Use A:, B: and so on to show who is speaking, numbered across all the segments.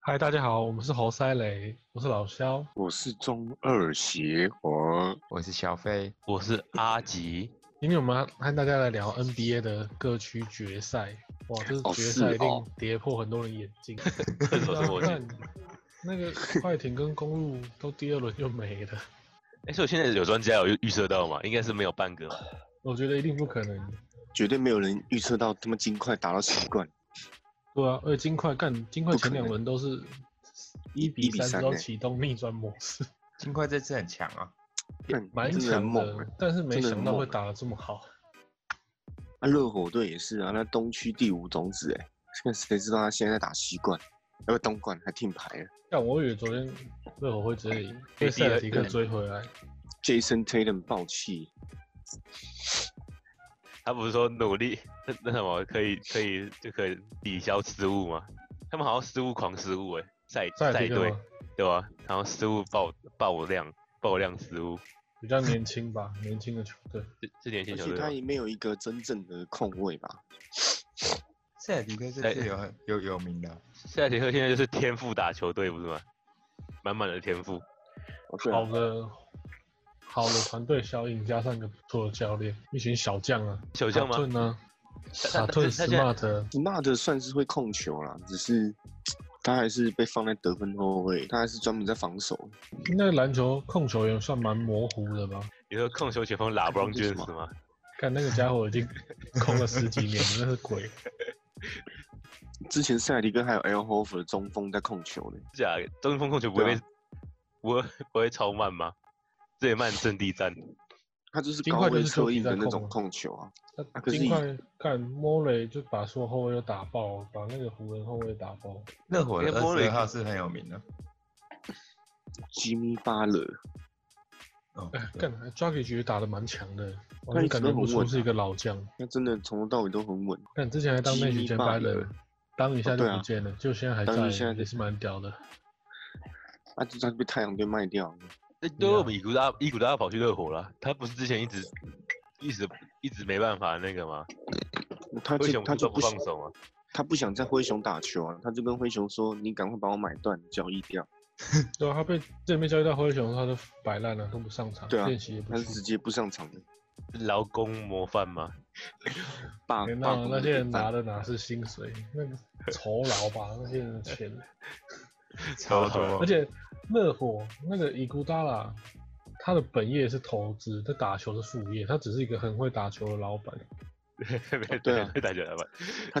A: 嗨，大家好，我们是猴塞雷，我是老肖。
B: 我是中二邪魔，
C: 我是小飞，
D: 我是阿吉。
A: 今天我们和大家来聊 NBA 的各区决赛。哇，这是
B: 哦
A: 决
B: 是
A: 赛一定
B: 哦
A: 跌破很多人眼 镜。
D: 这首是我
A: 不
D: 的。
A: 然那个快艇跟公路都第二轮就没了，
D: 哎、所以现在有专家有预预测到吗？应该是没有半个嘛。
A: 我觉得一定不可能。
B: 绝对没有人预测到他们金块打到十冠，
A: 对啊，而且金块干金块
B: 不可
A: 前两
B: 能
A: 轮都是一比
B: 一比
A: 三之
B: 三
A: 后
B: 欸
A: 启动逆转模式，
C: 金块这次很强啊，
B: 干
A: 蛮
B: 真的很
A: 强
B: 猛
A: 的
B: 欸。，
A: 但是没
B: 真的很
A: 想到
B: 猛
A: 会
B: 欸
A: 打得这么好。
B: 啊，热火队也是啊，那东区第五种子哎，那谁知道他现在在打西冠，呃，东冠还停牌了。
A: 但我以为昨天热火会直接赢，被
D: AD
A: 塞尔
D: 的
A: 提克
D: 人
A: 追回来。
B: Jason Tatum 爆气，
D: 他不是说努力那那什么可以可以就可以抵消失误吗？他们好像失误狂失误哎、赛
A: 塞尔
D: 赛
A: 提克
D: 队
A: 吗
D: 对吧、然后失误爆爆量爆量失误，
A: 比较年轻吧，年轻的球 队。哦
D: 这这年轻
B: 而
D: 球
B: 且
D: 队
B: 他
D: 吗
B: 也没有一个真正的控卫吧？
C: 塞尔迪克这次有很有有名的，
D: 塞尔提克现在就是天赋打球队不是吗？满满的天赋，
B: 哦，对啊
A: 好的，好的团队效应加上一个不错的教练，一群小将啊，
D: 小将吗
A: 马顿啊，
D: 他
A: 马
D: 他
A: 顿
D: 他现在
A: Smart，
B: ，Smart 算是会控球啦，只是他还是被放在得分后卫，他还是专门在防守。
A: 那个篮球控球员算蛮模糊的吧？
D: 你说控球前锋拉布朗
B: 这是什么
D: James 吗？
A: 看那个家伙已经 空了十几年了，那是 鬼。
B: 之前塞尔迪跟还有 L h o f e r 中锋在控球呢，
D: 是啊，中锋控球不会
B: 对
D: 被、
B: 啊
D: 不会不会超慢吗？最慢阵地战。
B: 他就是
A: 金
B: 高
A: 块就
B: 位
A: 是说
B: 策
A: 比
B: 应
A: 在
B: 的那
A: 控
B: 种
A: 啊
B: 控球啊。
A: 那
B: 啊可是
A: 尽
B: 以
A: 快干莫雷就把所有后卫都打爆，把那个湖人后卫打爆。
C: 热火的
D: 因为波
C: 二
D: 瑞
C: 十号是很有名的。
B: 吉米巴勒，
C: 哦，
A: 哎，
C: 对
A: 干 j a g g 打得蛮强的，完
B: 他
A: 全
B: 一直
A: 感
B: 都
A: 觉不
B: 很
A: 出
B: 稳
A: 是一
B: 啊
A: 个老将。
B: 他真的从头到尾都很稳。
A: 但之前还当内
B: 吉
A: 许
B: 米
A: 前
B: 巴
A: 白人
B: 勒，
A: 当一下
B: 哦
A: 就
B: 对
A: 不
B: 啊
A: 见了，就现在还
B: 当一
A: 在，
B: 下就
A: 也是蛮屌的。
B: 啊，就他被太阳队卖掉了。
D: 那
A: 对
D: 都
A: 啊
D: 我哎们伊古拉伊古拉跑去热火了，他不是之前一直一直一直没办法那个吗？
B: 他
D: 为什
B: 就
D: 么
B: 他就
D: 不
B: 不
D: 放
B: 想
D: 手
A: 啊
D: 啊吗？
B: 他不想在灰熊打球啊，他就跟灰熊说：“你赶快把我买断，交易掉。
A: 对啊，他被这边交易到灰熊，他都摆烂了，都不上场，
B: 对啊
A: 练习也”不
B: 他是直
A: 去。
B: 接不上场的，
D: 劳工模范吗？
B: 霸
A: 没
B: 霸
A: 那
B: 王
A: 那些人拿
B: 的
A: 的哪是薪水，那个酬劳吧，那些人的钱。
C: 超多，
A: 而且热火那个伊古达拉，他的本业是投资，他打球是副业，他只是一个很会打球的老板，
B: 对啊
D: 大家来吧，
B: 他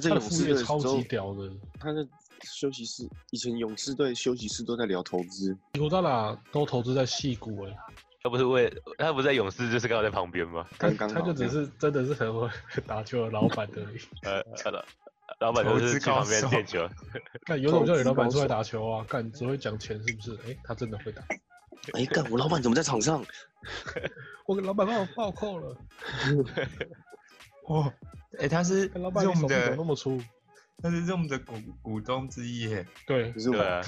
A: 他
B: 在
A: 的
B: 勇
A: 副
B: 士
A: 业
B: 队的时
A: 超级
B: 候，
A: 屌的。
B: 他在休息室，以前勇士队休息室都在聊投资，
A: 伊古达拉都投资在戏骨哎、
D: 他不是为他不是在勇士，就是刚好在旁边吗？
A: 他
B: 刚刚
A: 他
B: 好
A: 就只是真的是很会 打球的老板而已。
D: 呃，呃老老板都
C: 投
D: 是
C: 资
D: 去
C: 高
D: 旁边
C: 手
D: 练球，
A: 那有种叫你老板
B: 投资高手
A: 出来打球啊，干只会讲钱是不是？哎、他真的会打。
B: 哎，干我老板怎么在场上？
A: 我老板把我暴扣了，
C: 哇，哎，他是
A: 老板你
C: Zoom
A: 手臂怎么
C: 的
A: 那，么粗？
C: 他是 Zoom 的股股东之一耶，
A: 对，
B: 可是
D: 对
B: 我
D: 啊，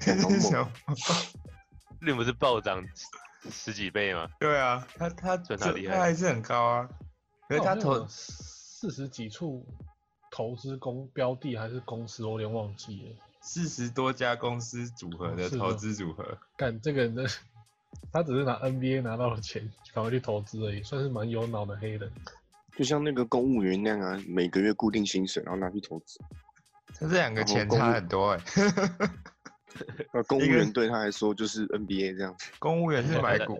C: 这
B: 好猛
C: 是什么？
D: 那不是暴涨十十几倍吗？
C: 对啊，他他
D: 这
C: 这
D: 哪厉害
C: 他还是很高啊，可是他投
A: 四十几处投资公标的还是公司，我有点忘记了。
C: 四十多家公司组合的
A: 哦是的
C: 投资组
B: 哦
C: 合，
A: 干这个人的，他只是拿 NBA 拿到了钱，赶快去投资而已，算是蛮有脑的黑人。
B: 就像那个公务员那样啊，每个月固定薪水，然后拿去投资。
C: 他这两个
B: 然后
C: 钱
B: 公
C: 差
B: 务
C: 很多哎。
B: 呃，公务
C: 一个
B: 员对他来说就是 NBA 这样。
C: 公务员 是
D: 对
C: 买
D: 对
C: 股，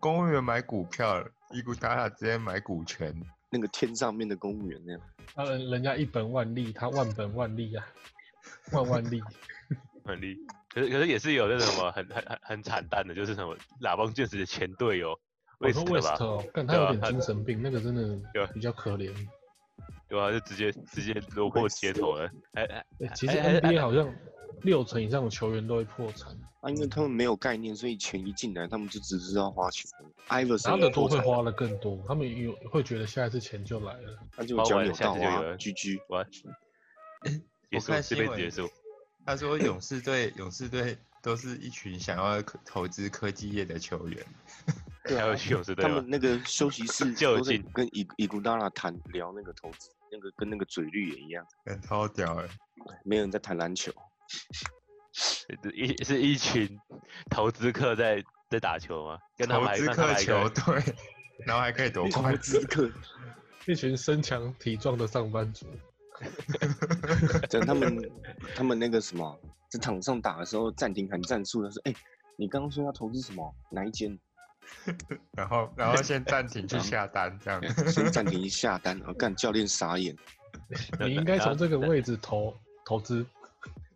C: 公务员买股票，伊古达拉直接买股权，
B: 那个天上面的公务员那样。
A: 他人啊人家一本万利，他万本万利啊，万万利。
D: 很厉，可是可是也是有那什么很很很很惨淡的，就是什么拉邦卷子的前队哦友
A: 我
D: 为
A: 说 w
D: 什
A: e
D: 么
A: s
D: 吧
A: t？哦，干他
D: 对啊
A: 有点
D: 他
A: 精神病，那个真
D: 对啊
A: 的比较可怜。
D: 对啊吧、就直接直接落魄街头了，还还
A: 欸其实
D: 哎哎哎
A: NBA 好像六成以上的球员都会破产，
B: 啊，
D: 嗯
B: 因为他们没有概念，所以钱一进来，他们就只知道花钱。
A: 拿
B: Iverson
A: 的多
B: 破
A: 会
B: 产，
A: 花的更多，他们有会觉得下一次钱就来了。
B: 他就
D: 花
B: 脚
D: 完
B: 扭
D: 下
B: 到
D: 次就有
B: 啊
D: 了
B: ，GG。
D: 我 结
C: 我
D: 束
C: 看
D: 这
C: 新
D: 辈子
C: 闻
D: 结束。
C: 他说勇士队，勇士队都是一群想要科投资科技业的球员。
B: 对
D: 还有
B: 啊，
D: 去勇士队
B: 他
D: 吗
B: 们？那个休 息室
D: 就
B: 都在
D: 近
B: 跟伊伊古达拉谈聊那个投资，那个跟那个嘴绿也一样，
C: 很超屌哎、
B: 没有人在谈篮球。
D: 一是一群 投资客在在打球吗？跟他
C: 投
D: 们还
C: 资
D: 那他们
C: 客
D: 还
C: 球
D: 跟
C: 队， 然后还可以夺
B: 投
C: 冠，
B: 资客，
A: 一群身强体壮的上班 族，
B: 讲他们他们那个什么，在场上打的时候暂停喊战术，他说：“哎、你刚刚说要投资什么？哪一间？
C: 然后然后先暂 停去下单这样。
B: 先哎暂停一下单。”然后干教练傻眼，
A: 你应该从这个位置投投资。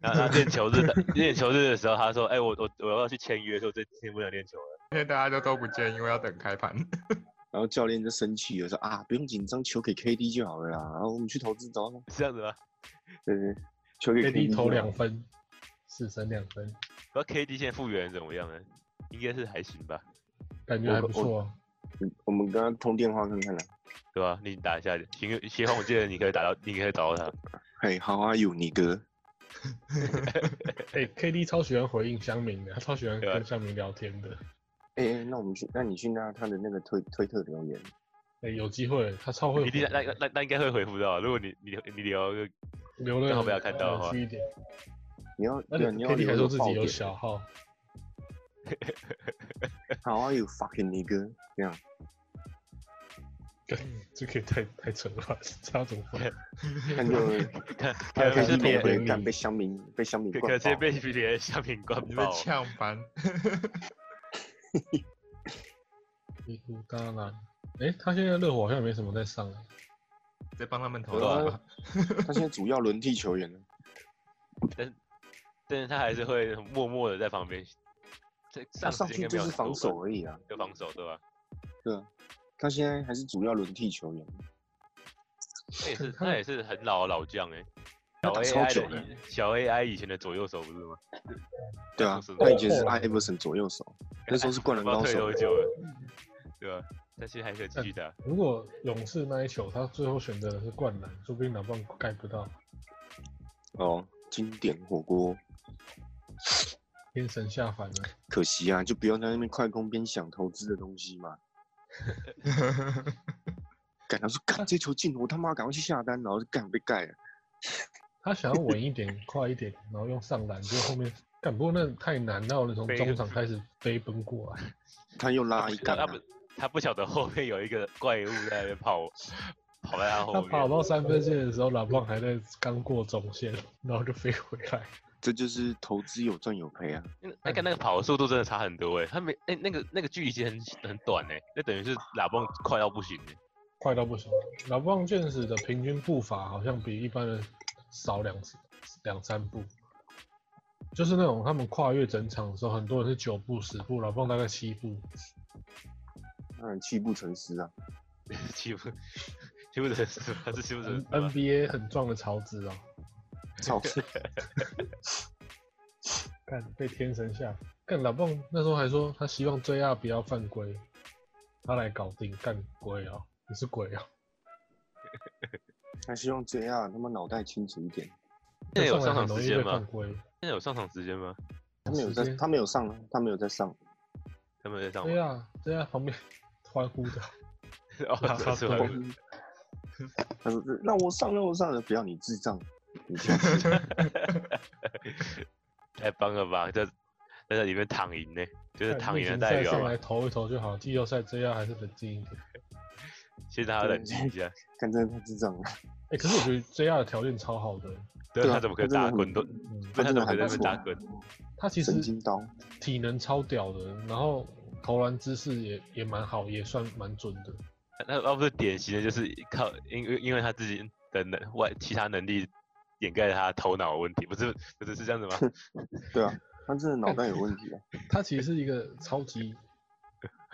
D: 然后他练球日的练球日的时候，他说：“哎、我我我要去签约，说这今天不能练球了。
C: 因为大家就都不见，因为要等开盘。
B: 然后教练就生气了，说：“啊，不用紧张，球给 KD 就好了啦。然后我们去投资找他，”
D: 是这样子吗？
B: 对对，球给
A: KD
B: 就好
A: 投
B: 了
A: 两分，四神两分，
D: 不知道 KD 现在复原得怎么样呢？应该是还行吧，
A: 感觉还不错、啊。
B: 嗯我们跟他通电话看看啦。
D: 对吧？你打一下，行，协红，我记得你可以打到，你可以找到他。
B: 嘿，How are you，你哥？
A: 哎、k d 超喜欢回应乡民的，他超喜欢
D: 对啊
A: 跟乡民聊天的。
B: 哎、哎那我们去，那你去那他的那个推推特留言，
A: 哎、有机会，他超会
D: 一定
A: 回
D: 那那那那应该会回复到，如果你你你聊个
A: 留了
D: 刚好被他看到的话
A: 有趣一点。
B: 你要
A: 而
B: 对
A: 且
B: 啊，你要
A: KD 还
B: 留
A: 说
B: 个
A: 自
B: 爆
A: 己有
B: 点
A: 小号，
B: How are you 啊 fucking 你哥？这样
A: 这个也太太蠢了吧， 这要怎么办？
B: 看就
D: 看，
B: 他
D: 可
B: 开
D: 能
B: 始
D: 是别
A: 被
B: 被
A: 你
B: 干被乡民被乡民
D: 可
B: 灌
D: 可
B: 爆
D: 是，被别的小品灌
C: 你被
D: 爆。
C: 呛翻，
A: 尼古达拉，哎、他现在热火好像没什么在上、欸，
C: 在帮他们投
B: 对啊
C: 资吧。
B: 他现在主要轮替球员了。
D: 但是他还是会默默的在旁边，这
B: 他
D: 上
B: 上
D: 时
B: 去
D: 间应该
B: 就
D: 没有
B: 是
D: 很多
B: 防
D: 吧
B: 守而已啊，
D: 就防守对吧？
B: 对啊，他现在还是主要轮替球员。
D: 那 也是
A: 他
D: 那也是很老的老将哎、小
B: 打超
D: AI
B: 久
D: 的
B: 了
D: 以小 AI 以前的左右手不是吗？
B: 对啊
D: 不是，
B: 他以前是艾弗森左右手，那时候是灌篮
D: 不知道
B: 高
D: 退
B: 手
D: 多。久 了，对吧、但是还可以继续啊打，
A: 如果勇士那一球他最后选择的是灌篮，说不定篮板盖不到，
B: 哦，经典火锅，
A: 天神下凡了。
B: 可惜啊，就不要在那边快攻边想投资的东西嘛。干，他说干这球进了，我他妈赶快去下单，然后就干被盖了。
A: 他想要稳一点、 快一点，然后用上篮，就后面干。不过那太难，到了从
D: 飞
A: 中场开始飞奔过来，
B: 他又
D: 他
B: 拉
D: 不
B: 一
D: 他
B: 杆、啊
D: 他，不他不晓得后面有一个怪物在那边 跑跑在他后
A: 他
D: 面，
A: 跑到三分线的时候，篮棒还在刚过中线，然后就飞回来。
B: 这就是投资有赚有赔啊。
D: 那那个那个跑的速度真的差很多哎、他没哎、那个那个距离其实很很短哎、那等于是喇叭快到不行哎、
A: 快到不行。老棒健史的平均步伐好像比一般人少两两三步，就是那种他们跨越整场的时候，很多人是九步十步，老棒大概七步。
B: 让人泣不成诗 啊！
D: 欺负 欺负人是吧？是欺负人
A: N
D: 是吧
A: NBA 很壮的曹植啊，
B: 操，
A: 看被天神下，干老棒那时候还说他希望 JR 不要犯规，他来搞定干鬼啊，你是鬼啊！
B: 还希望 JR 他妈脑袋清楚一点。
D: 现在有上
A: 很
D: 场
A: 容
D: 时
A: 易被
D: 间
A: 犯
D: 吗？
A: 规。
D: 现在有上场时间吗？
B: 他没有
A: 时
B: 在，
A: 间
B: 他没有上啊，他没有在上。
D: 他们有在上
A: 对
D: 吗？
A: 啊，对啊，旁边 欢呼的，
D: 哦，
A: 他
D: 这是
A: 他对
D: 我的
B: 他说：“让我上，让我上！”不要你智障，你 这样
D: 太棒了吧！在在里面躺赢呢，就是
A: 看
D: 躺
A: 例
D: 赢的
A: 行
D: 代
A: 赛
D: 表啊
A: 上
D: 吧
A: 来。投一投就好，季后赛 JR 还是冷静一点。
D: 其实他要冷静一下，
B: 看真的太智障了。
A: 哎、可是我觉得 JR 的条件超好的，
D: 对
B: 对啊
D: 他怎么可以
B: 他真的
D: 打
B: 很
D: 滚都？
A: 嗯，
D: 对
B: 他
D: 他
B: 真
D: 怎
B: 的
D: 么可以
B: 还
D: 在
B: 不
D: 那边
B: 错
D: 打
B: 啊，
D: 滚？
A: 他其
B: 神经
A: 实
B: 刀。
A: 体能超屌的，然后投篮姿势也也蛮好，也算蛮准的。
D: 那那不是典型的，就是靠因为因为他自己的能外其他能力掩盖了他头脑的问题，不是不是是这样子吗？
B: 对啊，他真的脑袋有问题啊。
A: 他其实是一个超 级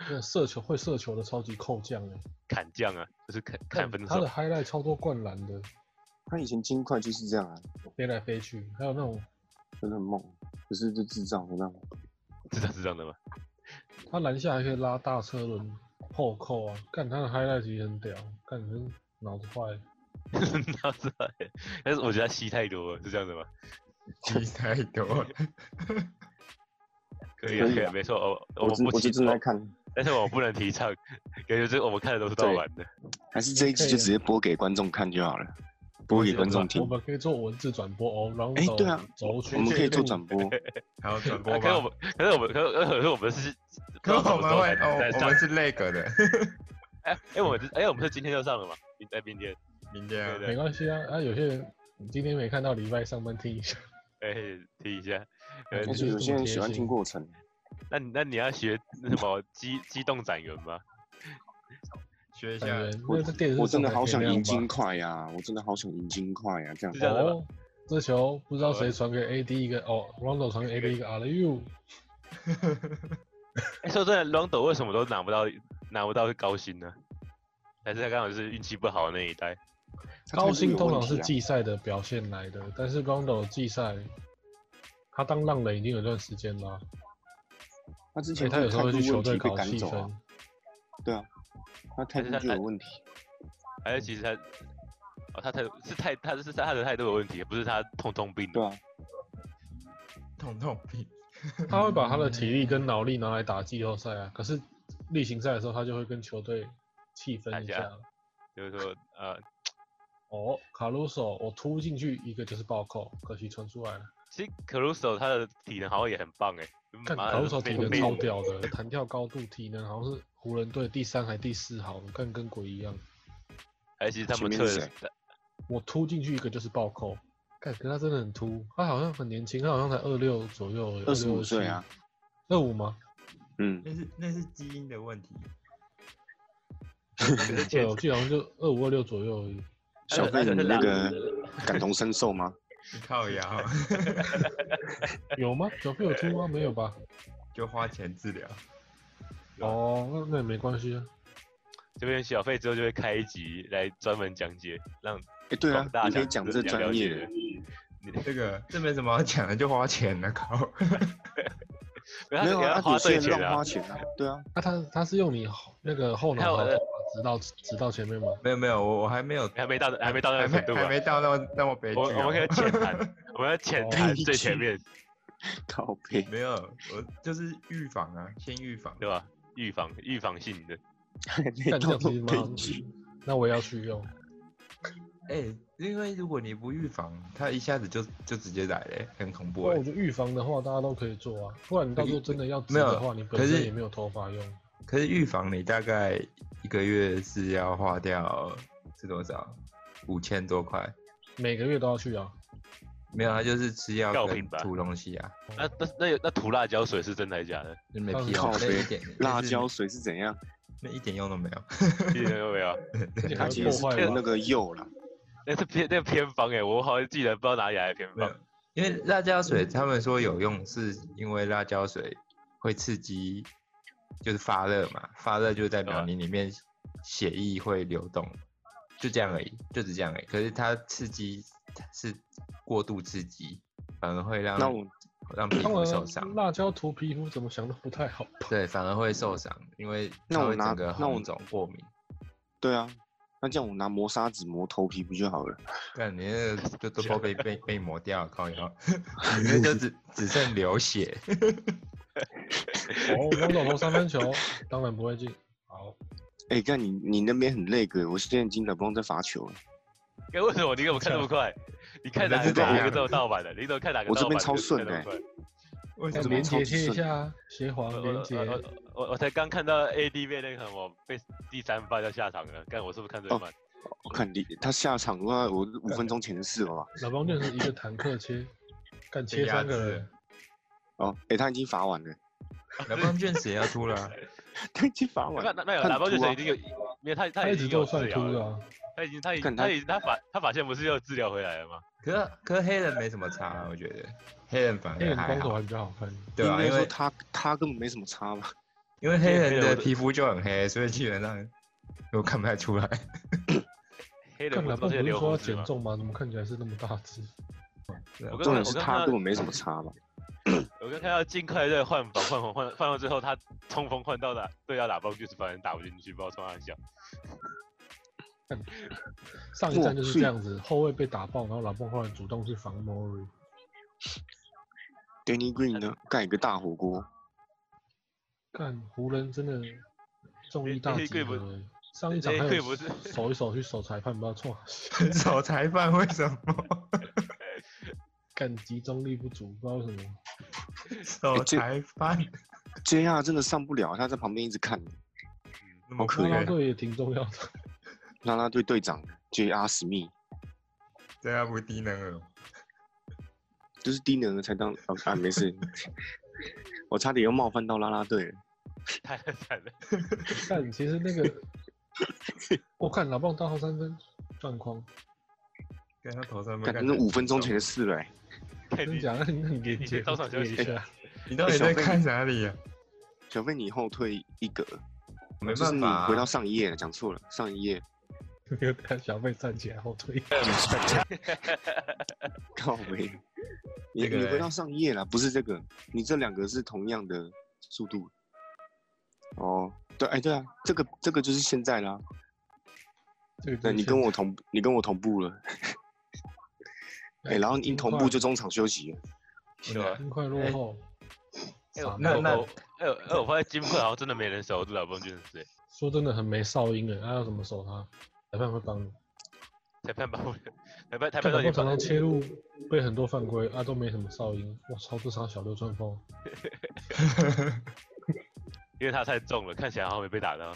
A: 那射球会射球的超级扣将哎，
D: 砍将啊，就是哦砍
A: 看
D: 砍分
A: 他
D: 手
A: 的。highlight 超多灌篮的，
B: 他以前金块就是这样啊，
A: 飞来飞去，还有那种
B: 真的很猛。可是就智障，我让
D: 是这样是这样的吗？
A: 他篮下还可以拉大车轮后扣啊，干他的 highlight 其实很屌，干你真脑子坏。
D: 那是，但是我觉得他吸太多了，是这样的吗？
C: 踢太多，
D: 可以啊，
B: 可以
D: 可以啊，
B: 啊
D: 没错，我我
B: 我
D: 们
B: 真
D: 不
B: 我
D: 提
B: 就
D: 哦
B: 正在看，
D: 但是我不能提倡， 感觉这我们看的都是盗
B: 对
D: 版的。
B: 还是这一集
A: 可以
B: 就
A: 啊
B: 直接播给观众看就好了，播给观众
A: 我
B: 听。
A: 们可以做文字转播哦，然后
B: 哎
A: 走
B: 对啊
A: 走去
B: 我们可以做转播，
C: 还有转播
D: 啊可是我
C: 吧。
D: 们，可是我们，可是可是我们是，
C: 可是我们会，
D: 哦
C: 哦，，我们是那个的，
D: 哎哎，我们是哎，我们是今天就上了嘛？明哎明天，
C: 明天啊
D: 对
A: 没关系啊。啊，有些人今天没看到，礼拜上班听一下。
D: 哎听一下。 呃
A: 我
B: 但是
A: 觉得
B: 有
A: 这
B: 些
A: 么
B: 人
A: 贴
B: 喜欢
A: 心
B: 听过程，
D: 那你那你要学那什么机机动展员吗？
C: 学一下
A: 感。觉
B: 我
A: 那这电视
B: 我真的
A: 上才
B: 好
A: 可以
B: 想
A: 那样
B: 赢
A: 吧
B: 金块呀、我真的好想赢金块呀、这样
D: 是这样的吧
A: 哦，这球不知道谁传给 AD 一个哦，Rondo 传给 AD 一个 Are you？
D: 哎，说真的，Rondo 为什么都拿不到拿不到高薪呢？还是他刚好是运气不好的那一代？
B: 他
A: 高
B: 态度
A: 薪
B: 有
A: 通
B: 问
A: 常
B: 题
A: 是
B: 啊
A: 季赛的表现来的，但是 Rondo 季赛他当浪人已经有段时间啦，
B: 他之
A: 所以
B: 前
A: 他有时候
B: 态
A: 会
B: 度
A: 去球
B: 问
A: 队
B: 题被
A: 搞
B: 赶
A: 气
B: 走啊
A: 氛，。
B: 对啊，他态
D: 但
B: 度就
D: 是他态
B: 有问题。
D: 还是其实他，哦，他态度是态，他是他的态度有问题，不是他痛痛病的。
B: 对啊，
C: 痛痛病。
A: 他会把他的体力跟脑力拿来打季后赛啊，可是例行赛的时候他就会跟球队气氛一
D: 打
A: 下
D: 架。就是说，呃，
A: 哦，卡鲁索，我突进去一个就是暴扣，可惜传出来了。
D: 其实 Caruso 他的体能好像也很棒哎，
A: 看
D: 马
A: 卡鲁索体能超
D: 超
A: 屌的，弹跳高度、体能好像是湖人队第三还第四好，看跟鬼一样。
D: 而且他
B: 前
D: 们
B: 面
D: 特
B: 是谁
A: 我突进去一个就是暴扣，看，可是他真的很突，他好像很年轻，他好像才二六左右而已，
B: 25岁啊，
A: 二五吗？
B: 嗯，
C: 那是那是基因的问题。
D: 之前
A: 对，啊我记得好像就二五二六左右而已。
B: 小飞人那个感同身受吗？
C: 你靠腰，
A: 有吗？九费有突吗？没有吧？
C: 就花钱治疗。
D: 有啊
A: 哦，那那也没关系啊。
D: 这边小费之后就会开一集来专门讲解，让
B: 哎，对啊
D: 广，大
B: 你可以
D: 讲
B: 讲这专业的，。
C: 这个这没什么好讲的，就花钱了，靠。
D: 没有
B: 没有
D: 他
B: 啊，
D: 花
B: 有些
D: 对
B: 人
D: 钱
B: 乱花
D: 啊，
B: 钱啊，对啊，
A: 那、他他是用你后那个后
D: 还
A: 脑
D: 有
A: 勺
D: 呃
A: 直到直到前面吗？
C: 没有没有，我我还没有，
D: 还没到还没到那
C: 还
D: 个
C: 没
D: 程度
C: 还
D: 吧？
C: 没到那么那么悲剧、
D: 我
C: 哦。
D: 我们可以浅
A: 啊
D: 谈，我们 要浅谈最前面，
B: 靠背。
C: 没有，我就是预防啊，先预防。
D: 对吧？预防预防性的，
A: 干
B: 那
A: 这
B: 种
A: 样其实蛮好
B: 悲剧，
A: 那我也要去用。
C: 哎、因为如果你不预防，他一下子就就直接来了、很恐怖、
A: 那
C: 欸
A: 我。觉得预防的话，大家都可以做啊。不然你到时候真的要植
C: 没有
A: 的话，你本
C: 可
A: 身
C: 是
A: 也没有头发用。
C: 可是预防你大概一个月是要花掉是多少？五千多块。
A: 每个月都要去啊。
C: 没有，他就是吃药
D: 药
C: 跟
D: 品吧
C: 涂东西啊，
D: 那那那有那涂辣椒水是真的还是假的？
C: 就没屁用，
B: 靠
C: 那
B: 北
C: 一点
B: 辣
C: 就是
B: 椒水是怎样？
C: 那一点用都没有。
D: 记得没有？啊
A: 而且
B: 它
A: 还
B: 啊其
A: 会
B: 实
A: 破
B: 是
A: 坏
B: 涂
A: 吧
B: 那个釉啦，
D: 那是偏那偏方哎，我好像记得不知道哪里来的偏
C: 没
D: 方
C: 有。，因为辣椒
B: 嗯
C: 水他们说有用，是因为辣椒水会刺激，就是发热嘛，发热就代
D: 对
C: 表
D: 啊
C: 你里面血液会流动，就这样而已，就只这样而已。可是它刺激是过度刺激，反而会让
B: 那我
C: 让皮
A: 当
C: 肤受
A: 然，啊
C: 伤，
A: 辣椒涂皮肤怎么想都不太好吧。
C: 对，反而会受伤，因为
B: 那
C: 它
B: 我
C: 会
B: 拿
C: 整个
B: 那我
C: 红肿过敏。
B: 对啊，那这样我拿磨砂纸磨头皮不就好了？
C: 但你那个就都被被被磨掉，靠腰， 你那就只只剩流血。
A: 哦，汪总投三分球，当然不会进。好，
B: 哎，看你你那边很累个，我现在已经不用在罚球了，
D: 哎，为什么你给我看那 么快？你看哪
C: 那
D: 个
C: 是
D: 盗
C: 怎
D: 哪
C: 样
D: 个都有盗版的？你怎么看哪个
B: 我
D: 盗
B: 这边
D: 版的
B: 超
D: 你怎
B: 顺欸
D: 么看那
B: 的
D: 么快
C: 为
A: 那
C: 什
B: 边
A: 连
B: 超
C: 么？
A: 接
B: 级
A: 贴一
B: 顺
A: 下啊，协
D: 我
A: 防连接。
D: 我我我我才刚看到 AD 被那个什么被第三发要下场了，看我是不是看最
B: 哦
D: 慢？
B: 我看你他下场的话，我五分钟前的事了吧？
A: 老帮就是一个坦克切，干切
C: 被压
A: 三个
C: 制
A: 人
C: 了。
B: 哦，哎，他已经罚完了，
C: 南方卷子也要出了啊、
B: 他已经罚完
D: 那
B: 了。
D: 那那有
B: 他
D: 拿包就
B: 突啊
D: 是已经有，没有他他
A: 他
D: 已
A: 一直
D: 经
A: 都
D: 有
A: 算
D: 治
A: 秃
D: 疗
A: 的
D: 了，
A: 啊，
D: 他已经他已
B: 看
D: 他
B: 他
D: 已他法他法线不是又治疗回来了吗？
C: 可是可是黑人没什么差啊，我觉得黑人反
A: 黑
C: 而
A: 人
C: 还
A: 光头
C: 好
A: 还，比较好看。
C: 对
B: 应
C: 啊，因
B: 该说
C: 为
B: 他他根本没什么差吧？
C: 因为黑
D: 黑
C: 人
D: 人我
C: 的
D: 都
C: 皮肤就很黑，所以基本上我看不太出来。
D: 黑人
A: 看
D: 不
A: 老
D: 是
A: 棒
D: 都
A: 不
D: 是
A: 是
D: 留
A: 说要
D: 胡子
A: 减
D: 吗？
A: 重吗？怎么看起来是那么大只？
D: 我
B: 重点
D: 刚刚我
B: 是
D: 刚
B: 他
D: 看
B: 根
D: 到
B: 本没什么差吧？
D: 我刚看到尽快在换防换防换换到最后，他冲锋换到打对要打包就是反正打不进去，不知道冲他笑。
A: 上一站就是这样子，后卫被打爆，然后老棒后来主动去防 Mori。
B: Danny Green 呢，
C: 呃
B: 盖一个大火锅，
A: 干湖人真的重力大集合欸，上一场
D: 这
A: 还
D: 队
A: 有
D: 不是
A: 手一手去守裁判，不要错，
C: 守裁判为 什么？
A: 干集中力不足，不知道为什么。
B: 哎
C: 守裁 判
B: J R 真的上不了，他在旁边一直看
C: 那么可
A: 啦
B: 啊
A: 啦
C: 怜，
A: 队也挺重要的，
B: 啦啦队队长 J R 史密，
C: 这样啊不低能儿。
B: 就是低能儿才当啊啊没 事，我差点又冒犯到啦啦队了。
D: 太 惨了，
A: 但其实那 个我看老棒大号三分转框，
C: 跟他头上面
B: 感
C: 看
B: 觉那五分钟前的，事了、欸，
D: 看
A: 真
D: 哎 你
A: 假？那你那你连
D: 你
A: 接
D: 先稍
A: 我
D: 稍
A: 接
D: 休息
A: 一下，
C: 你到底在看哪里啊？
B: 小费你后退一格，
C: 没
B: 就是
C: 办
B: 你
C: 法啊，
B: 回到上一页了，讲错了，上一页。
A: 没有看小贝站起来后退。
B: 靠背，你
C: 这个
B: 你回
C: 嘞
B: 到上一页了，不是这个，你这两个是同样的速度。哦，对，哎，对啊，这个这个就是现在啦。
A: 这个就是
B: 对，你跟我同你跟我同步了。哎，然后一
A: 金
B: 同
A: 块
B: 步就中场休息了。
C: 是吧
A: 金块落后，
D: 哎
A: 傻
D: 我
A: 帽
C: 那那
D: 哎我哎我发现金克好像真的没人守住老棒俊士，
A: 说真的很没哨音的，他要怎么守他？裁判会帮你。
D: 裁判把我裁判
A: 看
D: 裁判
A: 老
D: 到底
A: 棒常
D: 把
A: 常切入被很多犯规啊，都没什么哨音。我操，这场小流川枫，
D: 因为他太重了，看起来好像没被打到，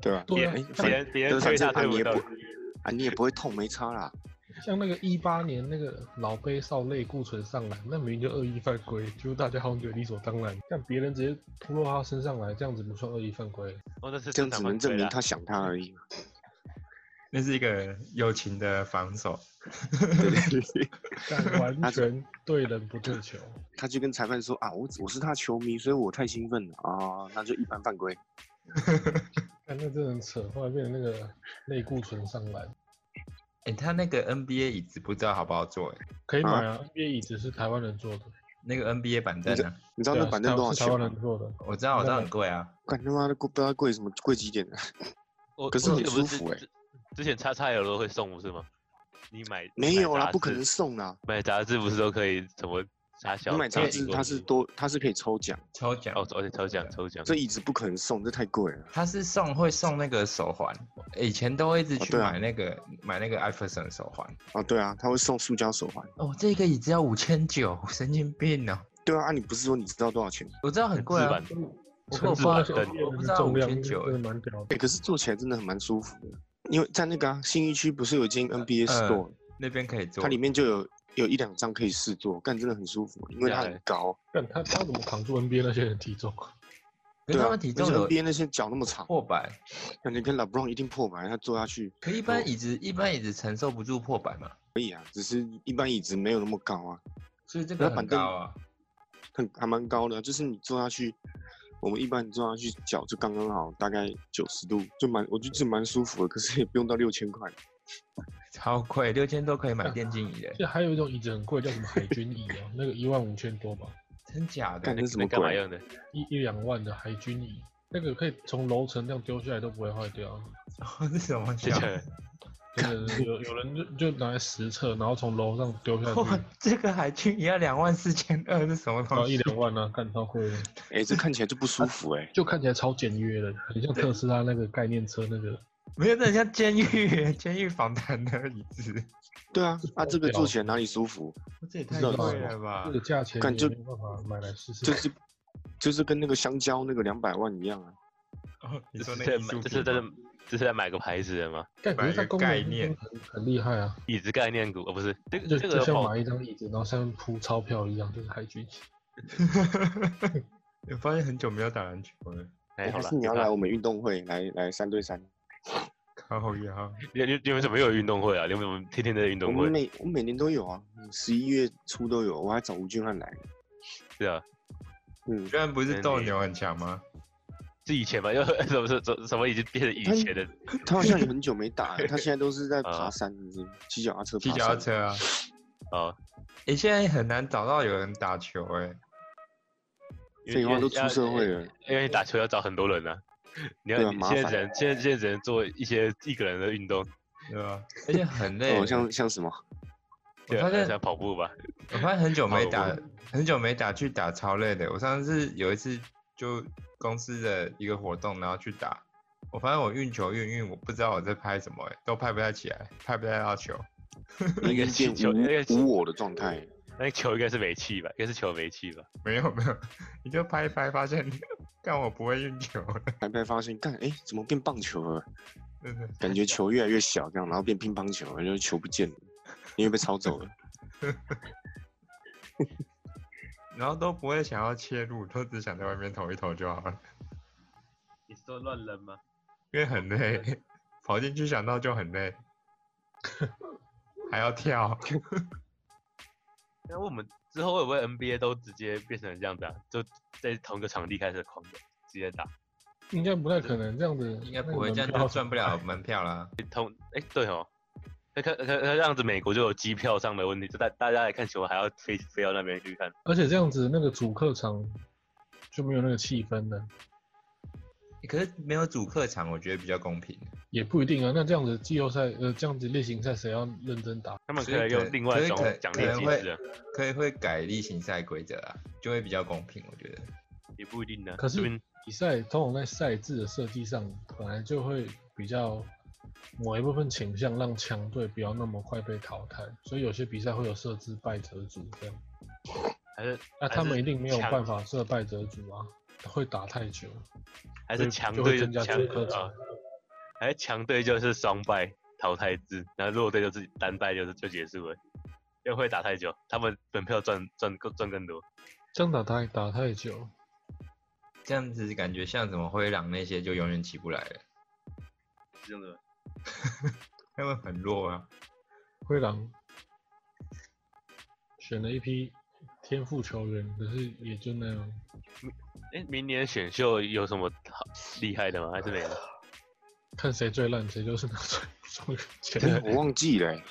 B: 对吧？
A: 对啊
B: 哎，
D: 别
B: 反正
D: 人别
B: 就
D: 人
B: 是反
D: 推
B: 正
D: 他
B: 啊
D: 推
B: 你
D: 不
B: 也
D: 到
B: 不，啊你也不会痛，没差啦。
A: 像那个一八年那个老杯少类固醇上篮，那明明就恶意犯规，就大家好像觉得理所当然，但别人直接扑到他身上来，这样子不算恶意犯规。
D: 哦那是
B: 这样
D: 正常
B: 只
D: 犯
B: 能证
D: 规
B: 明
D: 啦
B: 他想他而已。
C: 那是一个友情的防守，
B: 对对对，
A: 但完全对人不对球，
B: 他就跟裁判说啊，我我是他球迷，所以我太兴奋了啊，那就一般犯规。
A: 看那真的很扯，后来变成那个类固醇上篮，
C: 哎、他那个 NBA 椅子不知道好不好坐、欸，
A: 可以买啊，NBA 椅子是台湾人做的，
C: 那个 NBA 板凳呢、
B: 你知道
A: 对
B: 那
A: 啊
B: 板凳
A: 是
B: 多少
A: 是台
B: 钱
A: 湾
B: 吗
A: 人？做的，
C: 我知道，我知道很贵啊，
B: 干他妈的贵，不知道贵什么，贵几点啊？
D: 我
B: 可是
D: 我
B: 很
D: 记得不
B: 舒服欸
D: 之之前叉叉 L 都会送不是吗？你买
B: 没有啦，
D: 买杂志
B: 不可能送啦。
D: 买杂志不是都可以什么插小？
B: 你买杂
D: 大
B: 志，
D: 荧
B: 它
D: 光
B: 是
D: 幕
B: 多，它是可以抽奖。
C: 抽奖
D: 哦，而且抽奖抽奖，
B: 这椅子不可能送，这太贵了。
C: 他是送会送那个手环，以前都会一直
B: 哦
C: 去
B: 对啊
C: 买那个、买那个艾弗森手环。
B: 哦，对啊，他会送塑胶手环。
C: 哦，这个椅子要五千九，神经病哦！
B: 对啊，啊，你不是说你知道多少钱？
C: 我知道很贵
D: 日
C: 啊
D: 版，
C: 我
D: 纯
C: 我
D: 日
C: 不
D: 版
C: 知道
D: 的
C: 我不知道
A: 重量
C: 5900
A: 真的蛮屌的。
B: 哎、可是坐起来真的很蛮舒服的，因为在那个、啊、新一区不是有一间 NBA
C: 呃
B: store，、
C: 那边可以坐
B: 它。里面就有有一两张可以试坐，干真的很舒服，因为它
D: 对
B: 很高。
A: 但他他怎么扛住 NBA 那些人体重？
C: 可是
B: 对啊
C: 他们体重
B: 而
C: 有
B: 且 NBA 那些脚那么长，
C: 破百，
B: 感觉跟 LeBron 一定破百，他坐下去
C: 可一般椅子一般椅子承受不住破百嘛，
B: 可以啊，只是一般椅子没有那么高啊，
C: 所以这个
B: 那
C: 很
B: 板凳
C: 高啊。
B: 很还蛮高的，啊就是你坐下去，我们一般坐下去脚就刚刚好，大概九十度，就蛮我就觉得蛮舒服的，可是也不用到六千块。
C: 超贵，六千多可以买电竞椅嘞，
A: 这还有一种椅子很贵，叫什么海军椅啊？那个一万五千多吧，
C: 真假的
B: 干？那什么
D: 干嘛
B: 鬼？
D: 用的？
A: 一一两万的海军椅，那个可以从楼层这样丢下来都不会坏掉。啊
C: 哦，是什么
D: 这
C: 奖？
D: 个
A: 真 的有有人就就拿来实测，然后从楼上丢下去
C: 哇，，这个海军也要两万四千二，是什么
A: 然
C: 东
A: 后
B: 哦
C: 西？
A: 一两万呢、啊，干超贵的，
B: 哎、这看起来就不舒服
D: 啊
B: 哎、
A: 就看起来超简约的，很像特斯拉那个概念车那个。
C: 没有，这很像监狱监狱访谈的椅子，
B: 对啊，啊这个
A: 屌
B: 坐起来哪里舒服？
C: 这也太
B: 知道
C: 贵
A: 是
C: 了吧
A: 这？个价钱
B: 干
A: 也
B: 就
A: 没有办法买来试试。
B: 就是就是跟那个香蕉那个两百万一样啊。
C: 哦，你
D: 这
C: 说
D: 是
C: 那
D: 在
C: 艺
D: 买
C: 术
D: 这
C: 品
D: 是在
C: 吗
D: 这是在买个牌子的吗？
A: 但可是它功能
C: 买一个概念
A: 很很厉害啊，
D: 椅子概念股哦，不是这
A: 就
D: 个这
A: 就
D: 个
A: 像
D: 好
A: 买一张椅子，然后上面铺钞票一样，就是海军椅。
C: 我发现很久没有打篮球了，
D: 还哎好
B: 哎还
D: 啦
B: 是。你要
D: 对吧
B: 来我们运动会来来三对三？
C: 靠 呀！
D: 你你你们怎么又有运动会啊？你们怎么天天都在运
B: 我
D: 动
B: 们
D: 会？
B: 每我每年都有啊，十一月初都有，我还找吴俊汉来。
D: 是啊，
B: 嗯，
C: 居然不是斗牛很强吗？
D: 是以前吧？又 什么什么什么已经变成以
B: 他
D: 前的？
B: 他好像也很久没打、欸，他现在都是在
D: 啊
B: 爬山，是不是骑脚踏车。
C: 骑脚踏。车啊！
D: 哦，
C: 诶，现在很难找到有人打球哎、
D: 因为
B: 废话，都出社会。
D: 因为
B: 了，哦
D: 因为你打球要找很多人啊，你要
B: 对啊
D: 你
B: 麻
D: 现在
B: 烦
D: 只能现在现在只能做一些一个人的运动，
C: 对
D: 啊
C: 吧、而且很 累。
B: 哦，像像什么？
D: 对
C: 发
D: 啊，
C: 现
D: 像跑步吧。
C: 我发现很久没
D: 好
C: 打，很久没打去打超累的。我上次有一次就公司的一个活动，然后去打，我发现我运球运运，我不知道我在拍什么、欸，都拍不太起来，拍不太到球。
D: 那个气
B: 见
D: 球，那个
B: 无无我的状态，
D: 那个球应该是没气吧？应该是球没气吧？
C: 没有没有， 你就拍一拍，发现 但我不会运球了，
B: 拍拍发现，干哎、怎么变棒球了？
C: 真的。
B: 感觉球越来越小，这样，然后变乒乓球了，然后球不见了，因为被抄走 了。
C: 然后都不会想要切入，都只想在外面投一投就好了，
E: 你是说乱扔吗？
C: 因为很累，跑进去想到就很累，还要跳。
D: 那我们之后会不会 NBA 都直接变成这样子啊？就在同一个场地开始狂的直接打？
A: 应该不太可能这样子，
C: 应该
A: 那个
C: 不会，
A: 门
C: 这样
A: 票
C: 就赚不了门票啦。
D: 哎、对哦，那看那那这样子，美国就有机票上的问题，就大大家来看球还要飞飞到那边去看。
A: 而且这样子那个主客场就没有那个气氛了，
C: 可是没有主客场，我觉得比较公平。
A: 也不一定啊。那这样子季后赛，呃，这样子例行赛谁要认真打？
D: 他们
C: 所以
D: 可以用另外一种
C: 可以可以
D: 奖
C: 可
D: 励
C: 能
D: 机
C: 会
D: 制、啊，
C: 可以会改例行赛规则啊，就会比较公平，我觉得。
D: 也不一定呢、
A: 可是
D: 这边
A: 比赛通常在赛制的设计上，本来就会比较某一部分倾向让强队不要那么快被淘汰，所以有些比赛会有设置败者组这样。
D: 还是
A: 那他们一定没有
D: 强
A: 办法设败者组啊，会打太久，
D: 还
A: 所
D: 是
A: 以
D: 强
A: 就会
D: 队
A: 增加
D: 强
A: 主客
D: 啊
A: 场。，
D: 还是强队就是双败淘汰制，然后弱队就是单败就是就结束了，因为会打太久，他们本票赚赚更赚更多。
A: 这样打太打太久，
C: 这样子感觉像什么灰狼那些就永远起不来了，
D: 是这样的，
C: 他们很弱啊。
A: 灰狼选了一批天赋球员，可是也就那样。
D: 哎、明年选秀有什么好厉害的吗？还是没有？
A: 看谁最烂，谁就是那个最最
B: 哎
A: 前。
B: 我忘记了欸、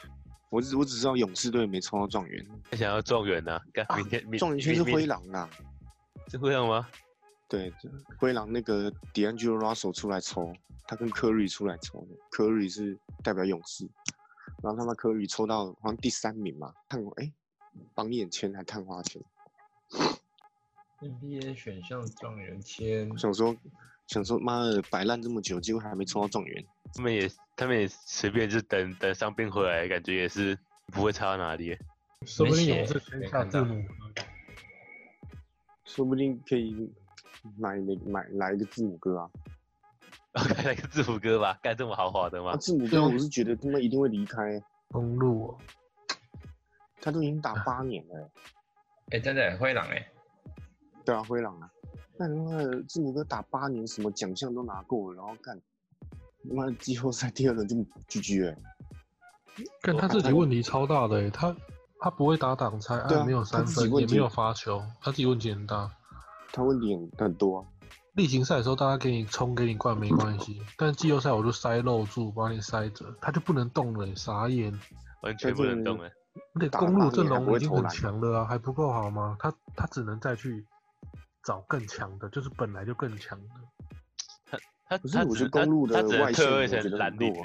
B: 我只我只知道勇士队没抽到状元，
D: 想要状元呢、干
B: 啊
D: 明天明
B: 状元圈是
D: 明
B: 灰狼啦。
D: 是灰狼吗？
B: 对，灰狼那个 D'Angelo Russell 出来抽，他跟科瑞出来抽的，科瑞是代表勇士，然后他妈科瑞抽到好像第三名嘛，探花哎，榜眼签还探花签，
C: NBA 选项状元签
B: 我想说想说妈的摆烂这么久，结果还没抽到状元，
D: 他们也他们也随便就等等伤病回来，感觉也是不会差到哪里。
A: 说不定勇士
C: 没写
A: 先下啊字母哥，
B: 说不定可以买那买来一个字母哥啊，
D: 来来个字母哥吧，干这么豪华的吗
B: 啊？字母哥我是觉得他妈一定会离开，
A: 公路哦，
B: 他都已经打八年了欸、
C: 哎、真的灰狼哎、
B: 对啊，灰狼啊，那他妈的字母哥打八年，什么奖项都拿过了，然后干，他妈的季后赛第二轮就 GG 了、
A: 看他自己问题超大的欸、他他不会打挡拆，
B: 对啊
A: 也没有三
B: 他自己
A: 分，
B: 问
A: 也
B: 题
A: 没有罚球，他自己问题很大。
B: 他问题很很多、啊，
A: 例行赛的时候，大家给你冲给你灌没关系，但季后赛我就塞漏住，把你塞着，他就不能动了欸、傻眼。
D: 完全不能动哎、
A: 而且
B: 打
A: 公路
B: 打野
A: 阵
B: 还不
A: 容
B: 会
A: 已经
B: 投
A: 很
B: 篮
A: 强了啊，还不够好吗？他他只能再去找更强的，就是本来就更强的。
D: 他
B: 可是
D: 他
B: 我觉
D: 只能
B: 得公路的
D: 他他只能
B: 外
D: 退
B: 线
D: 位
B: 我觉
D: 成
B: 得很
D: 蓝领
B: 弱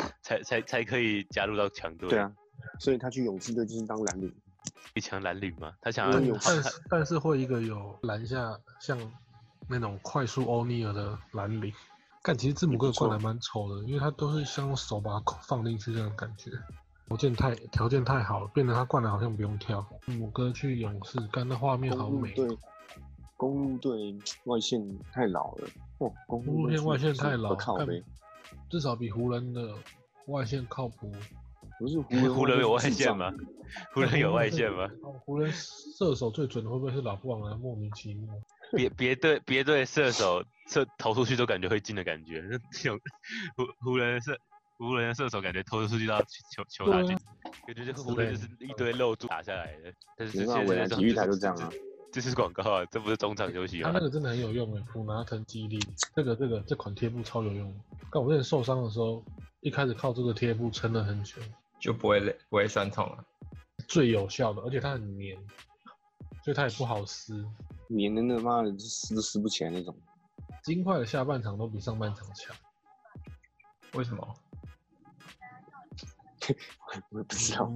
B: 啊，
D: 才才才可以加入到强队。
B: 对，啊，所以他去勇士队就是当蓝领，
D: 一强蓝领嘛，他想
B: 嗯
A: 但
D: 要
B: 有
D: 他
A: 但是但是会一个有拦下像那种快速欧尼尔的蓝领，但其实字母哥的灌篮蛮丑的，因为他都是像用手把它放进去这种感觉。条件太条件太好了，变得他灌篮好像不用跳。字母哥去勇士，干那画面好
B: 公路
A: 美。
B: 队，公路队外线太老了，哦，公
A: 公路
B: 队
A: 线外线
B: 是
A: 太老，
B: 不靠
A: 干
B: 呗，
A: 至少比湖人的外线靠谱。
B: 不是湖
D: 湖人有外线吗
B: 吗？？
D: 湖人有外线吗？
A: 哦？湖人射手最准的会不会是老布朗啊？莫名其妙。
D: 别别队别队射手射投出去都感觉会进的感觉， 这种湖湖人射湖人的射手感觉投出去都要球球打进，
A: 啊
D: 感觉就是湖人就是一堆漏柱打下来的。但是
B: 没
D: 这
B: 办法，
D: 些
B: 未来体育台就这样啊。
D: 这是广告啊，这不是中场休息
A: 他
D: 啊
A: 那。个真的很有用诶，欸普拿藤肌力，这个这个这款贴布超有用。但我之前受伤的时候，一开始靠这个贴布撑了很久，
C: 就不会累，不会酸痛了。
A: 最有效的，而且它很黏，所以它也不好撕。
B: 黏的那妈的撕都撕不起来那种，
A: 金块的下半场都比上半场强，
C: 为什么？
B: 我也不知道。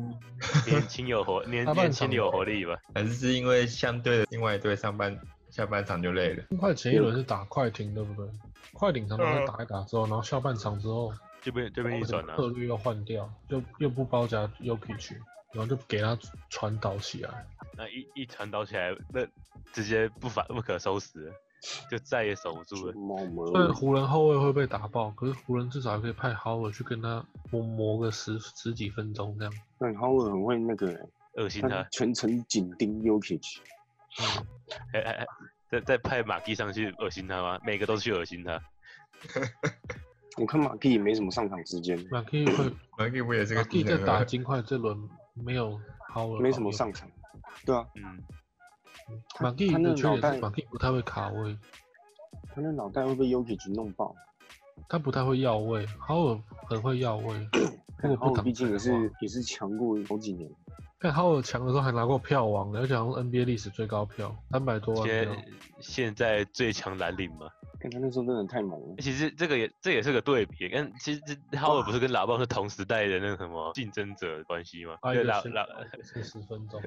D: 年轻有活年
A: 他半
D: 年轻
A: 场
D: 有活力吧？
C: 还是是因为相对的另外一队上半下半场就累了？
A: 金块前一轮是打快艇，对不对？快艇常常会打一打之后，然后下半场之后，
D: 这边这边一转啊，
A: 策略又换掉，就又不包夹 y o k i 然后就给他传导起来。
D: 那一一传导起来，那直接不反不可收拾了，就再也守不住了。
B: 猫门
A: 所以湖人后卫会被打爆，可是湖人至少还可以派 Howard 去跟他磨磨个十十几分钟这样。
B: 那你 Howard 很会那个欸，
D: 恶心
B: 他
D: 他，
B: 全程紧盯 Yokich，嗯
D: 还还还再再派马基上去恶心他吗？每个都去恶心他。
B: 我看马蒂也没什么上场时间，
A: 马 k 会
C: 马蒂不也是
A: 马
C: 个啊
A: k
C: 低
A: 在
C: 能
A: 打
C: 儿？
A: 金块这轮没有 Howard
B: 没什么上场。对啊，
D: 嗯，
A: 马 k
B: 他那
A: 的
B: 个
A: 缺
B: 脑
A: 点
B: 袋
A: 是，马 k 不太会卡位，
B: 他那脑袋会被 Yokich 弄爆。
A: 他不太会要位，Howard 很会要 位。如果不
B: Howard
A: 挡
B: 毕竟
A: 拆的
B: 也
A: 话
B: 是也是强过好几年，
A: 看 Howard 强的时候还拿过票王，而且好像 NBA 历史最高票，三百多万
D: 现
A: 票
D: 在。现在最强蓝领嘛，
B: 但他那时候真的太猛 了。
D: 其实这个也这也是个对比，跟其实这哈尔不是跟拉邦是同时代的那个什么竞争者的关系吗？
A: 啊，
D: 对拉拉
A: 是十分钟，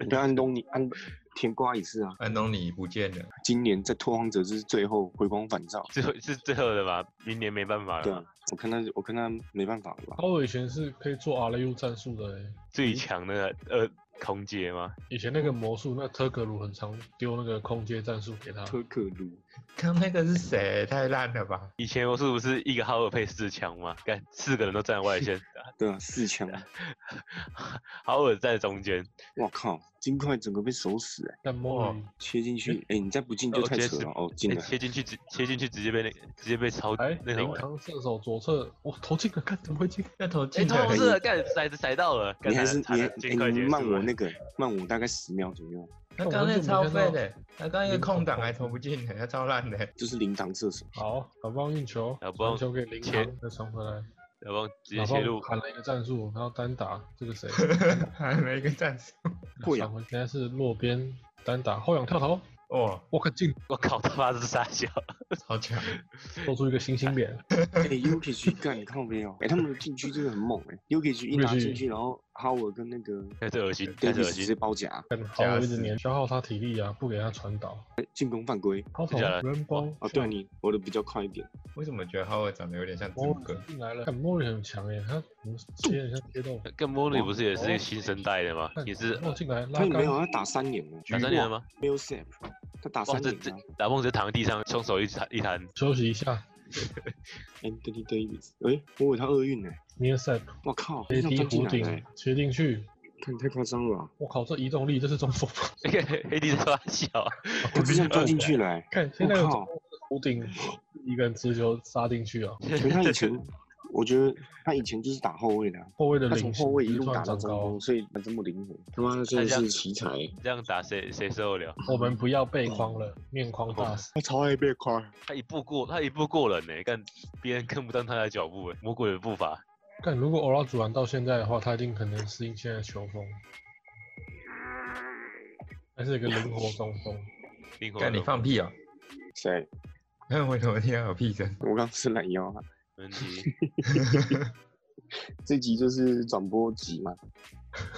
B: 你看安东尼安甜瓜也是啊，
C: 安东尼不见了，
B: 今年在拓荒者是最后回光返照。
D: 最后是最后的吧，明年没办法
B: 对
D: 了
B: 啊
D: 嘛，，
B: 我看他我看他没办法了吧。
A: 哈维以前是可以做 RU 战术的、欸，
D: 最强的呃空姐吗？
A: 以前那个魔术，那特格鲁很常丢那个空接战术给他，
B: 科克鲁，
C: 刚那个是谁？太烂了吧！
D: 以前我是不是一个哈尔配四强嘛？干四个人都站外 线，
B: 对啊，四强，
D: 哈尔在中间，
B: 我靠，金块整个被守死哎、
A: 但莫里
B: 切进去，哎、你再不进就
D: 哦
B: 太
D: 直接
B: 扯
D: 是
B: 了哦，进
D: 欸
B: 了，
D: 切进去直切进去直接被那直接被超
A: 哎
D: 那什
A: 灵
D: 么欸，
A: 堂射手左侧，我投进了，看怎么会进？
C: 那头
D: 哎，
C: 进
D: 他
C: 了
D: 不是干骰子骰到了，干
B: 你还是
D: 惨
B: 你还
D: 了惨了
B: 哎
D: 尽快
B: 你
D: 结
B: 慢
D: 束
B: 我
D: 了
B: 那个慢我大概十秒左右，
C: 他刚那超废的，他刚一个
A: 零
C: 空档还投不进呢，他超烂的。
B: 就是灵堂射 手，
A: 好，老棒运球，
D: 老棒
A: 传球给灵
D: 切
A: 堂，再传回来，
D: 然后直接
A: 老
D: 切入
A: 棒砍了一个战术，然后单打这 个谁？
C: 还没一个战术。
B: 过
A: 传
B: 氧
A: 回现在是落边单打后仰跳投，
C: 哦，
A: 我靠进，
D: 我靠，他妈是傻笑，
C: 超强！
A: 做出一个星星 脸，
B: 哎 u k 去干靠没有？哎、他们的禁区真的很猛哎、u k 去一拿
A: Jokic
B: 进去，然后哈维尔跟那个
D: 那是恶心，那是恶
B: Davis 直接
D: 心。
B: 包夹，
A: 但好我一直
C: 死
A: 黏，消耗他体力啊，不给他传导，
B: 哎进攻犯规
A: 抛投
D: 真假的
A: 人包
B: 哦，对啊你我的比较快一点，
C: 为什么觉得哈维长得有点
D: 哦
C: 像
A: 莫
C: 朱
A: 里
C: 哥？
A: 进来了，看莫里很强耶，他怎么切得很像切豆腐？
D: 跟莫里不是也是一个新生代的吗
A: 看？
D: 也是
A: 莫进来拉
B: 他也没有
A: 杆，
B: 他打三年了，
D: 打三年了吗？
B: 没有 s a p 他打
D: 哇，
B: 三
D: 这
B: 年
D: 这
B: 了
D: 打梦直接躺在地上，双手一摊一摊，
A: 休息一下。
B: ，Anthony Davis，哎、我以为他厄运呢、
A: near step
B: 我靠，
A: 飞
B: 这
A: 低
B: 样进
A: 弧
B: 来了、
A: 顶
B: 欸，
A: 切进去，
B: 看太夸张了
D: 哦
B: 吧。
A: 我靠，这移动力这是中锋吗，。
D: 黑弟在傻 笑，
B: 我就这样撞进去了、欸
A: 看现在有
B: 我
A: 中
B: 靠
A: 锋弧顶一个人直球杀进去啊，
B: 可是他以前，我觉得他以前就是打后卫的啊、
A: 后卫的
B: 他
A: 领
B: 从后卫一路
A: 突然
B: 打到
A: 长
B: 中
A: 高
B: 锋，，所以这么灵活。他妈的
D: 真的是
B: 奇 才，
D: 这样打谁谁受得了？
A: 我们不要背框了，面框大死。
B: 他超爱被夸。
D: 他一步过，他一步过人呢，但别人 跟不上他的脚步，哎，魔鬼的步伐。
A: 但如果欧拉祖兰到现在的话，他一定很能适应现在的球风，还是一个灵活中锋。
D: 灵活
C: 干你
D: 动
C: 放屁哦！
B: 谁？
C: 那我怎么听到有屁声？
B: 我刚吃懒腰啊。
D: 没问题，
B: 这集就是转播集嘛，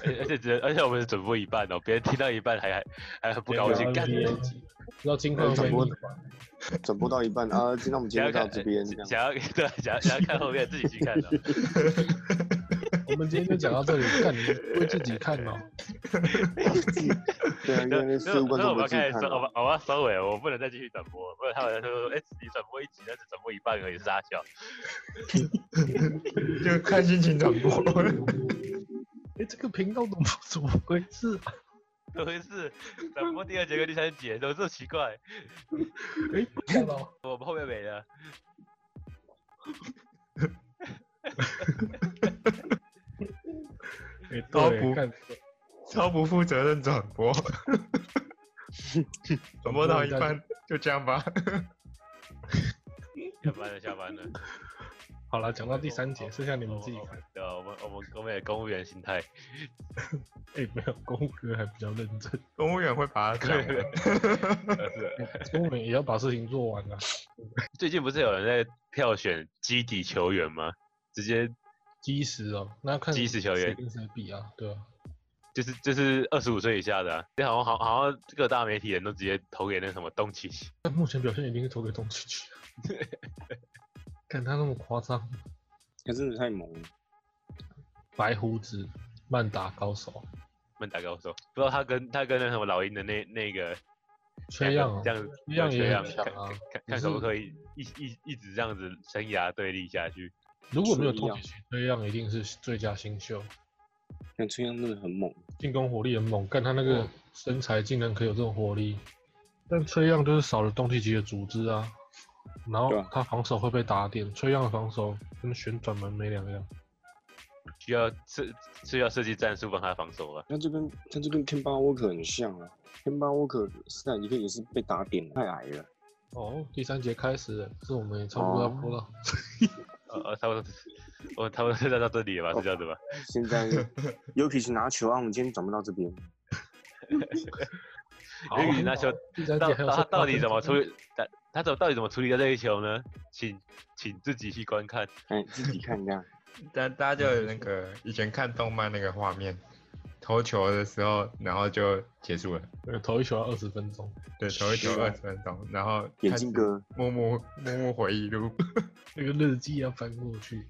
D: 而且而且只而且我们准播一半哦，别人听到一半还还还很不
B: 啊
D: 高兴，干
A: 不
D: 你
A: 知道金块会
B: 转
A: 不
B: 播
A: 会
B: 转播到一 半啊，今天我们节
D: 想
B: 目
D: 要
B: 到
D: 看
B: 这边，这样
D: 想要对啊想要想要看后面自己去看哦的，
A: 我们今天就讲到这里，看你会自己看哦。
B: 对啊，因
D: 那
B: 为四五观
D: 那我
B: 众
D: 们
B: 会
D: 要
B: 自
D: 开
B: 己
D: 始
B: 看
D: 收，我
B: 啊。
D: 们我们要收尾了，我不能再继续转播了，不然他们就说，哎，你转播一集，但是转播一半而已，傻笑。
C: 就看心情转播。
A: 哎，这个频道怎么怎么回事、啊？
D: 怎么回事？转播第二节跟第三节，怎么这么奇怪？
A: 哎，不知道。
D: 我们后面没了。
A: 哎，
C: 高
A: 对，
C: 普
A: 看
C: 超不负责任转播，转播到一半就这样吧。
D: 下班了，下班了。
A: 好了，讲到第三节，剩下你们自己看。
D: 对啊，我们我们我们也公务员心态，
A: 哎，没有，公务员还比较认真，
C: 公务员会把它讲的。
A: 公务员也要把事情做完啊。
D: 最近不是有人在票选基底球员吗？直接
A: 基石哦，那看
D: 基石球员
A: 谁跟谁比啊？对啊，
D: 就是就是二十五岁以下的、啊，这好像好好像各大媒体人都直接投给那什么东契奇，
A: 但目前表现一定是投给东契奇。 看他那么夸张，
B: 他真的太猛了。
A: 白胡子曼达高手，
D: 曼达高手，不知道他跟他跟那什么老鹰的那那个
A: 缺样哦
D: 这样
A: 缺样
D: 缺
A: 也
D: 样
A: 很强啊
D: 看。看看可不可以一一一直这样子生涯对立下去。
A: 如果没有
B: 崔
A: 东
B: 样
A: 契奇，崔样一定是最佳新秀，
B: 看崔杨真的很猛，
A: 进攻火力很猛，但他那
D: 嗯
A: 个身材竟然可以有这种火力。但崔样就是少了东契奇的组织啊，然后
B: 对啊
A: 他防守会被打点，崔样的防守跟旋转门没两样。
D: 需要设需要设计战术帮他防守啊。
B: 他就跟他就跟天巴沃克很像啊。天巴沃克斯坦尼克也是被打点太矮了，
A: 哦，第三节开始了，这我们也差不多要播
D: 哦
A: 了。
D: 呃呃，差不多，我差不多就到这里了吧，
B: 哦
D: 是这样子吧？
B: 现 在尤其是拿球啊，我们今天转不到这边。
A: 好
D: 尤其那球
A: 第三
D: 到
A: 节还有
D: 到他
A: 18
D: 到底怎
A: 分
D: 么
A: 钟
D: 处理？他他怎么到底怎么处理掉这一球呢？请请自己去观看。
B: 哎，自己看一下，
C: 大大家就有那个以前看动漫那个画面，投球的时候，然后就结束了，
A: 对，头一球要二十分钟，
C: 对，投一球
B: 是啊
C: 二十分钟，然后
B: 眼镜哥
C: 默默默默回忆录，
A: 那个日记要翻过去，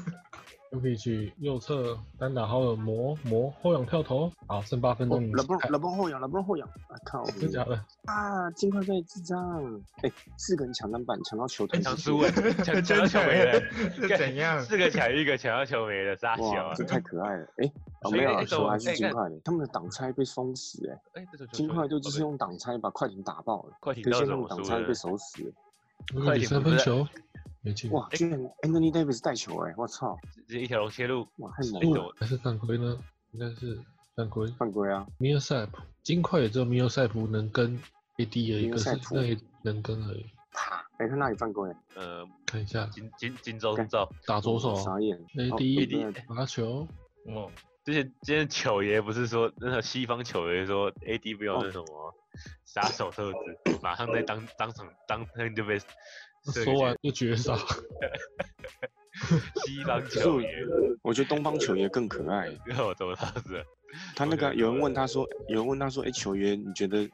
A: 又可以去右侧单打好友磨磨后仰跳投，好，剩八分
B: 哦，
A: 钟，你
B: 勒布
A: 看
B: 勒布后仰，勒布后仰，啊靠！
D: 哎
A: 真的假的？
B: 啊，金块被智障，哎，四个人抢篮板，抢到球
D: 哎
B: 队
D: 抢
B: 是
D: 输
B: 谁
D: 了，抢抢
C: 真
D: 到球没了
C: 的，是怎样？
D: 四个抢一个抢到球没了，傻小
B: 哇，
D: 啊
B: 这！太可爱了！哎、啊
D: 所以
B: 没有
D: 哎
B: 啊，
D: 这
B: 球
D: 我
B: 还是
D: 哎
B: 金
D: 看
B: 块的，他们的挡拆被封死哎、
D: 哎，这球球
B: 金块队就是
D: OK
B: 用挡拆把快艇打爆了，
D: 快艇
B: 可
D: 到
B: 是
D: 底
B: 他
D: 怎
B: 们
D: 么
B: 挡
D: 输
B: 拆被
D: 的？
B: 守死了，
A: 那个三分球没进，
B: 哇，
D: 哎
B: 居然 Anthony Davis 带球哎、我操，
D: 直接一条龙切入，
B: 哇太猛
D: 哎
B: 了，
D: 怎么
A: 还是犯规呢？应该是犯规。
B: 犯规啊！
A: 米尔塞普，金块也只有米尔塞普能跟 AD 而已，
B: 米
A: 可
B: 尔塞
A: 是
B: 普
A: 那也能跟而已。
B: 哎、他那里犯规、
D: 呃，
A: 看一下，
D: 金金金州
B: 干
D: 照。
A: 打左手
B: 傻眼，哦
A: ，AD
B: AD
A: 罚球，
C: 哦，
D: 之前之前球爷不是说那个西方球爷说 AD 不要那什么杀手特质，马上在当当场当天就被射
A: 说完就绝杀。
D: 西方
B: 可是
D: 球
B: 我
D: 爷，
B: 我觉得东方球爷更可爱。
D: 然后怎么这样子？
B: 他那个啊有人问他说，有人问他说，哎、球爷你觉得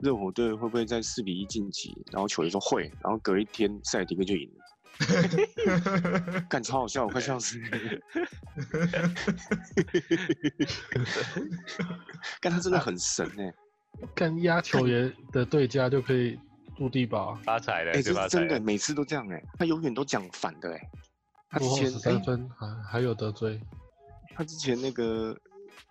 B: 热火队会不会在四比一晋级？然后球爷说会，然后隔一天塞尔迪克就赢了，干超好笑，我快笑死了。干他真的很神哎、
A: 看压球员的对家就可以入地堡，
D: 发财了
B: 哎、
D: 就
B: 这
D: 发
B: 是
D: 财
B: 真的，
D: 了。
B: 每次都这样哎、他永远都讲反的哎、他之
A: 落后
B: 前
A: 十
B: 哎、
A: 三分，还还有得追。
B: 他之前那个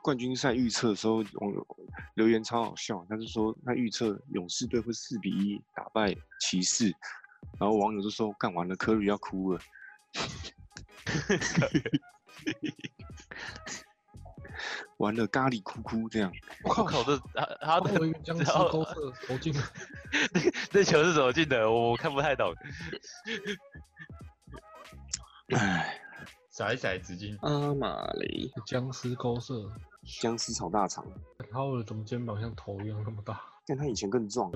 B: 冠军赛预测的时候，网友留言超好笑，他就说他预测勇士队会四比一打败骑士，然后网友就说干完了，科瑞要哭了。完了，咖喱哭哭这样，
A: 我靠
D: 我靠，这他他
A: 后卫僵尸勾射投进，
D: 这球是怎么进的？我我看不太懂。
B: 唉，
C: 甩一甩直径，
B: 阿玛雷，
A: 僵尸勾射，
B: 僵尸炒大肠，
A: 他为了怎么肩膀像头一样那么大？
B: 但他以前更壮，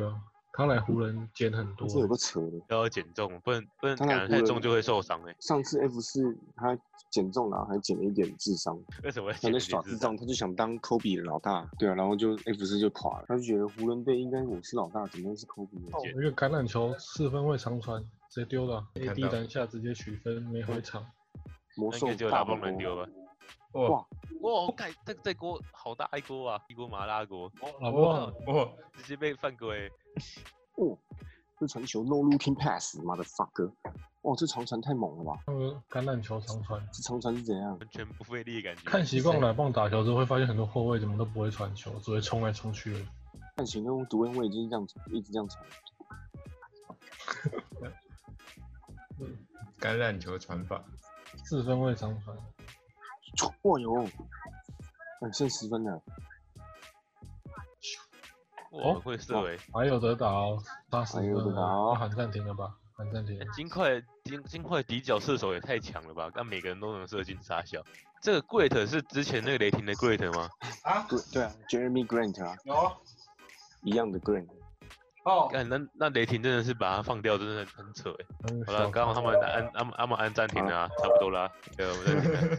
A: 他来湖人减很多
B: 他，是有个扯的。
D: 要减重，不能不能
B: 当然
D: 感
B: 不
D: 觉太
B: 能
D: 重就会受伤哎。
B: 上次 F 四他减重了，还减了一点智商，
D: 为什么要
B: 他
D: 减
B: 在
D: 重？
B: 耍智障，他就想当科比的老大，对啊，然后就 F 四就垮了，他就觉得湖人队应该我是老大，怎么会是科比呢？
A: 哦那个橄榄球四分位长传直接丢了
C: 看到
A: ，AD 篮下直接取分，没回场。
B: 魔
D: 那应
B: 兽
D: 该只有
B: 大
D: 打崩
B: 魔啊
D: 人丢吧？
C: 哇
B: 哇
D: 哇，我盖这这锅好大一锅啊，一锅麻辣锅，
A: 老婆，
C: 哇，
D: 直接被犯规。
B: 哦，这传球 no looking pass，妈的 fuck，哇，这长传太猛了吧？
A: 那个橄榄球长传，
B: 这长传是怎样？
D: 完全不费力的感觉。
A: 看习惯篮棒打球之后，会发现很多后卫怎么都不会传球，只会冲来冲去而已。
B: 但行动独位位就是这样子，一直这样传，
C: 橄榄球传法，
A: 四分位长传，
B: 哇哟，哎，剩十分了，
D: 哇，
A: 哦
D: 很会射哎、
A: 还有得打哦，八十
B: 还有
A: 分
B: 得打
A: 了，
B: 哦
A: 要喊暂停了吧？喊暂停
D: 欸。金块金金块底角射手也太强了吧！但每个人都能射进杀小。这个 Great 是之前那个雷霆的 Great 吗？
B: 对对啊，Jeremy Grant 啊，
F: 有啊
B: 一样的 Grant，
F: 哦，
D: 看那那雷霆真的是把他放掉，真的很扯哎、
A: 嗯
D: 好了，
A: 小
D: 刚好他们按按他们按暂停了啊、差不多啦。对，我们暂停了。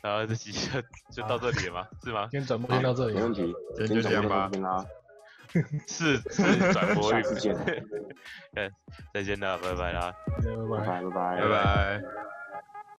D: 然后这集就就到这里了吗？是 吗？
A: 今天转播先到这里啊
B: 没，问题，
F: 今天就这样吧
B: 今天就到这边啦，
D: 是是转播
B: 下
D: 欲
B: 次见，
D: 再见啦，拜拜啦。
A: 拜拜。
B: 拜拜拜拜
F: 拜拜。